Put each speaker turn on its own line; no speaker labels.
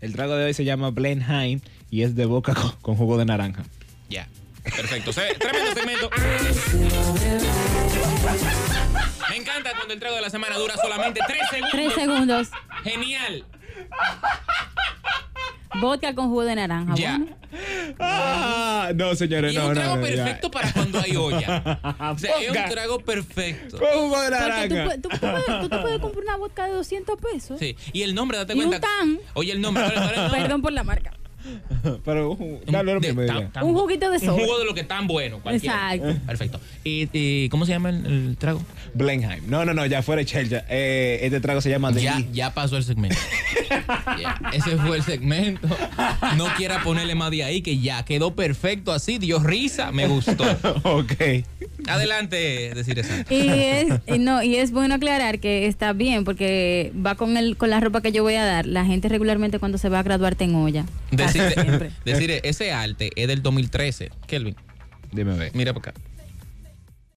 El trago de hoy se llama Blenheim y es de boca con, con jugo de naranja.
Ya. Perfecto. Se- Tremendo segmento. Me encanta cuando el trago de la semana dura solamente tres segundos.
Tres segundos.
Genial.
Vodka con jugo de naranja.
Ya.
Bueno.
Ah, no, señores,
Y es
no,
un
no,
trago
no, ya.
perfecto para cuando hay olla. O sea, es un
Boca
trago perfecto.
Con jugo de
Porque tú,
naranja.
pu- tú, tú puedes, tú te puedes comprar una vodka de 200 pesos.
Sí. Y el nombre, date
Y un
cuenta.
tan.
Oye, el nombre. ahora- ahora el nombre.
Perdón por la marca.
Pero uh, dale lo
De-
mismo,
tan-
diría.
tan-
Un juguito de
Un jugo
sobra.
de lo que tan bueno. Cualquiera.
Exacto.
Perfecto. ¿Y, y cómo se llama el, el trago?
Blenheim. No, no, no, ya fuera Chel. ya. Eh, este trago se llama
Ya,
Delhi.
ya pasó el segmento. Ya, Ese fue el segmento. No quiera ponerle más de ahí, que ya quedó perfecto así. Dios risa, me gustó.
ok.
Adelante, decir eso.
Y es, y no, y es bueno aclarar que está bien porque va con el, con la ropa que yo voy a dar. La gente regularmente cuando se va a graduarte en olla. Casi
Decir,
siempre.
decir, ese arte es del 2013. Kelvin,
Dime, ve.
mira para acá.